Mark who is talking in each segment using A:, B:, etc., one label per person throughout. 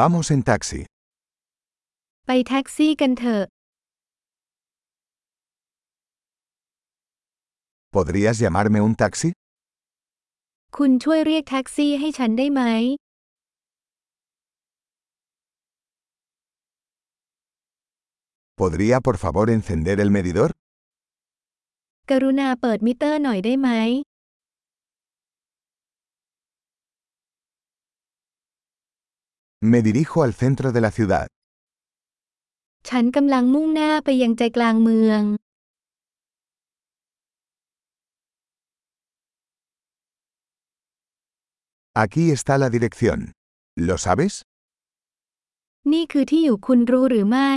A: Vamos en taxi.
B: ไปแท็กซี่กันเถอะ
A: ¿Podrías llamarme un taxi?
B: คุณช่วยเรียกแท็กซี่ให้ฉันได้ไหม
A: ¿Podría por favor encender el medidor?
B: กรุณาเปิดมิเตอร์หน่อยได้ไหม
A: Me dirijo al centro de la ciudad.
B: ฉันกำลังมุ่งหน้าไปยังใจกลางเมือง
A: Aquí está la dirección. ¿Lo sabes?
B: นี่คือที่อยู่คุณรู้หรือไม่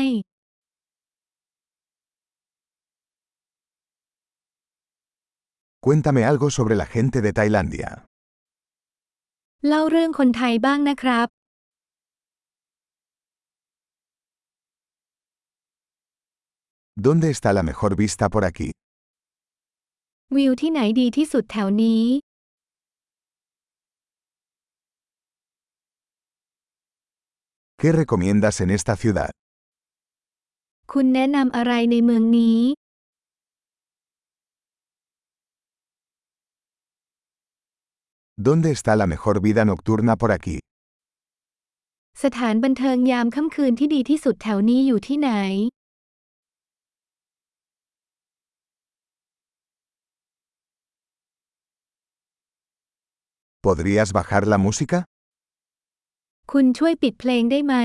A: Cuéntame algo sobre la gente de Tailandia.
B: เล่าเรื่องคนไทยบ้างนะครับ
A: ¿Dónde está la mejor vista por aquí?
B: วิวที่ไหนดีที่สุดแถวนี้
A: ¿Qué recomiendas en esta ciudad?
B: คุณแนะนำอะไรในเมืองนี้
A: ¿Dónde está la mejor vida nocturna por aquí?
B: สถานบันเทิงยามค่ำคืนที่ดีที่สุดแถวนี้อยู่ที่ไหน
A: ¿Podrías bajar la música?
B: คุณช่วยปิดเพลงได้ไหม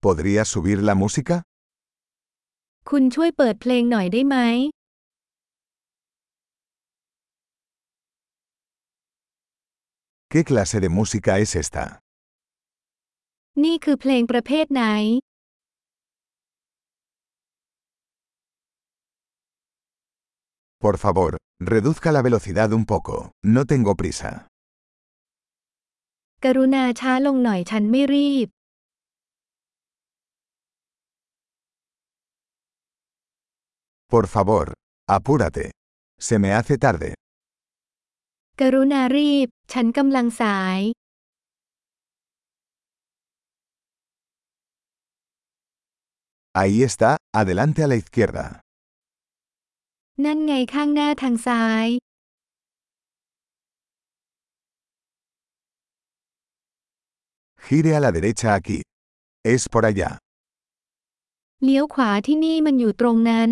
A: ¿Podrías subir la música?
B: คุณช่วยเปิดเพลงหน่อยได้ไหม
A: ¿Qué clase de música es esta?
B: นี่คือเพลงประเภทไหน
A: Por favor, reduzca la velocidad un poco. No tengo prisa.
B: กรุณาช้าลงหน่อยฉันไม่รีบ
A: Por favor, apúrate. Se me hace tarde.
B: กรุณารีบ ฉันกำลังสาย
A: Ahí está, adelante a la izquierda.
B: นั่นไงข้างหน้าทางซ้าย
A: Gire a la derecha aquí. Es por allá.
B: เลี้ยวขวาที่นี่มันอยู่ตรงนั้น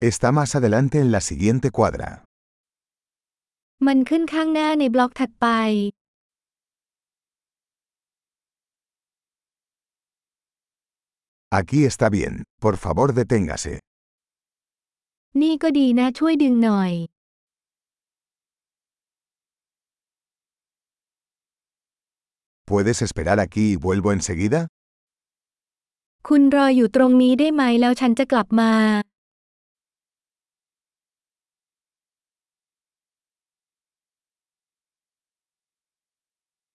A: Está más adelante en la siguiente cuadra.
B: มันขึ้นข้างหน้าในบล็อกถัดไป
A: Aquí está bien. Por favor, deténgase.
B: นี่ก็ดีนะช่วยดึงหน่อย
A: ¿Puedes esperar aquí y vuelvo enseguida?
B: คุณรออยู่ตรงนี้ได้ไหมแล้วฉันจะกลับมา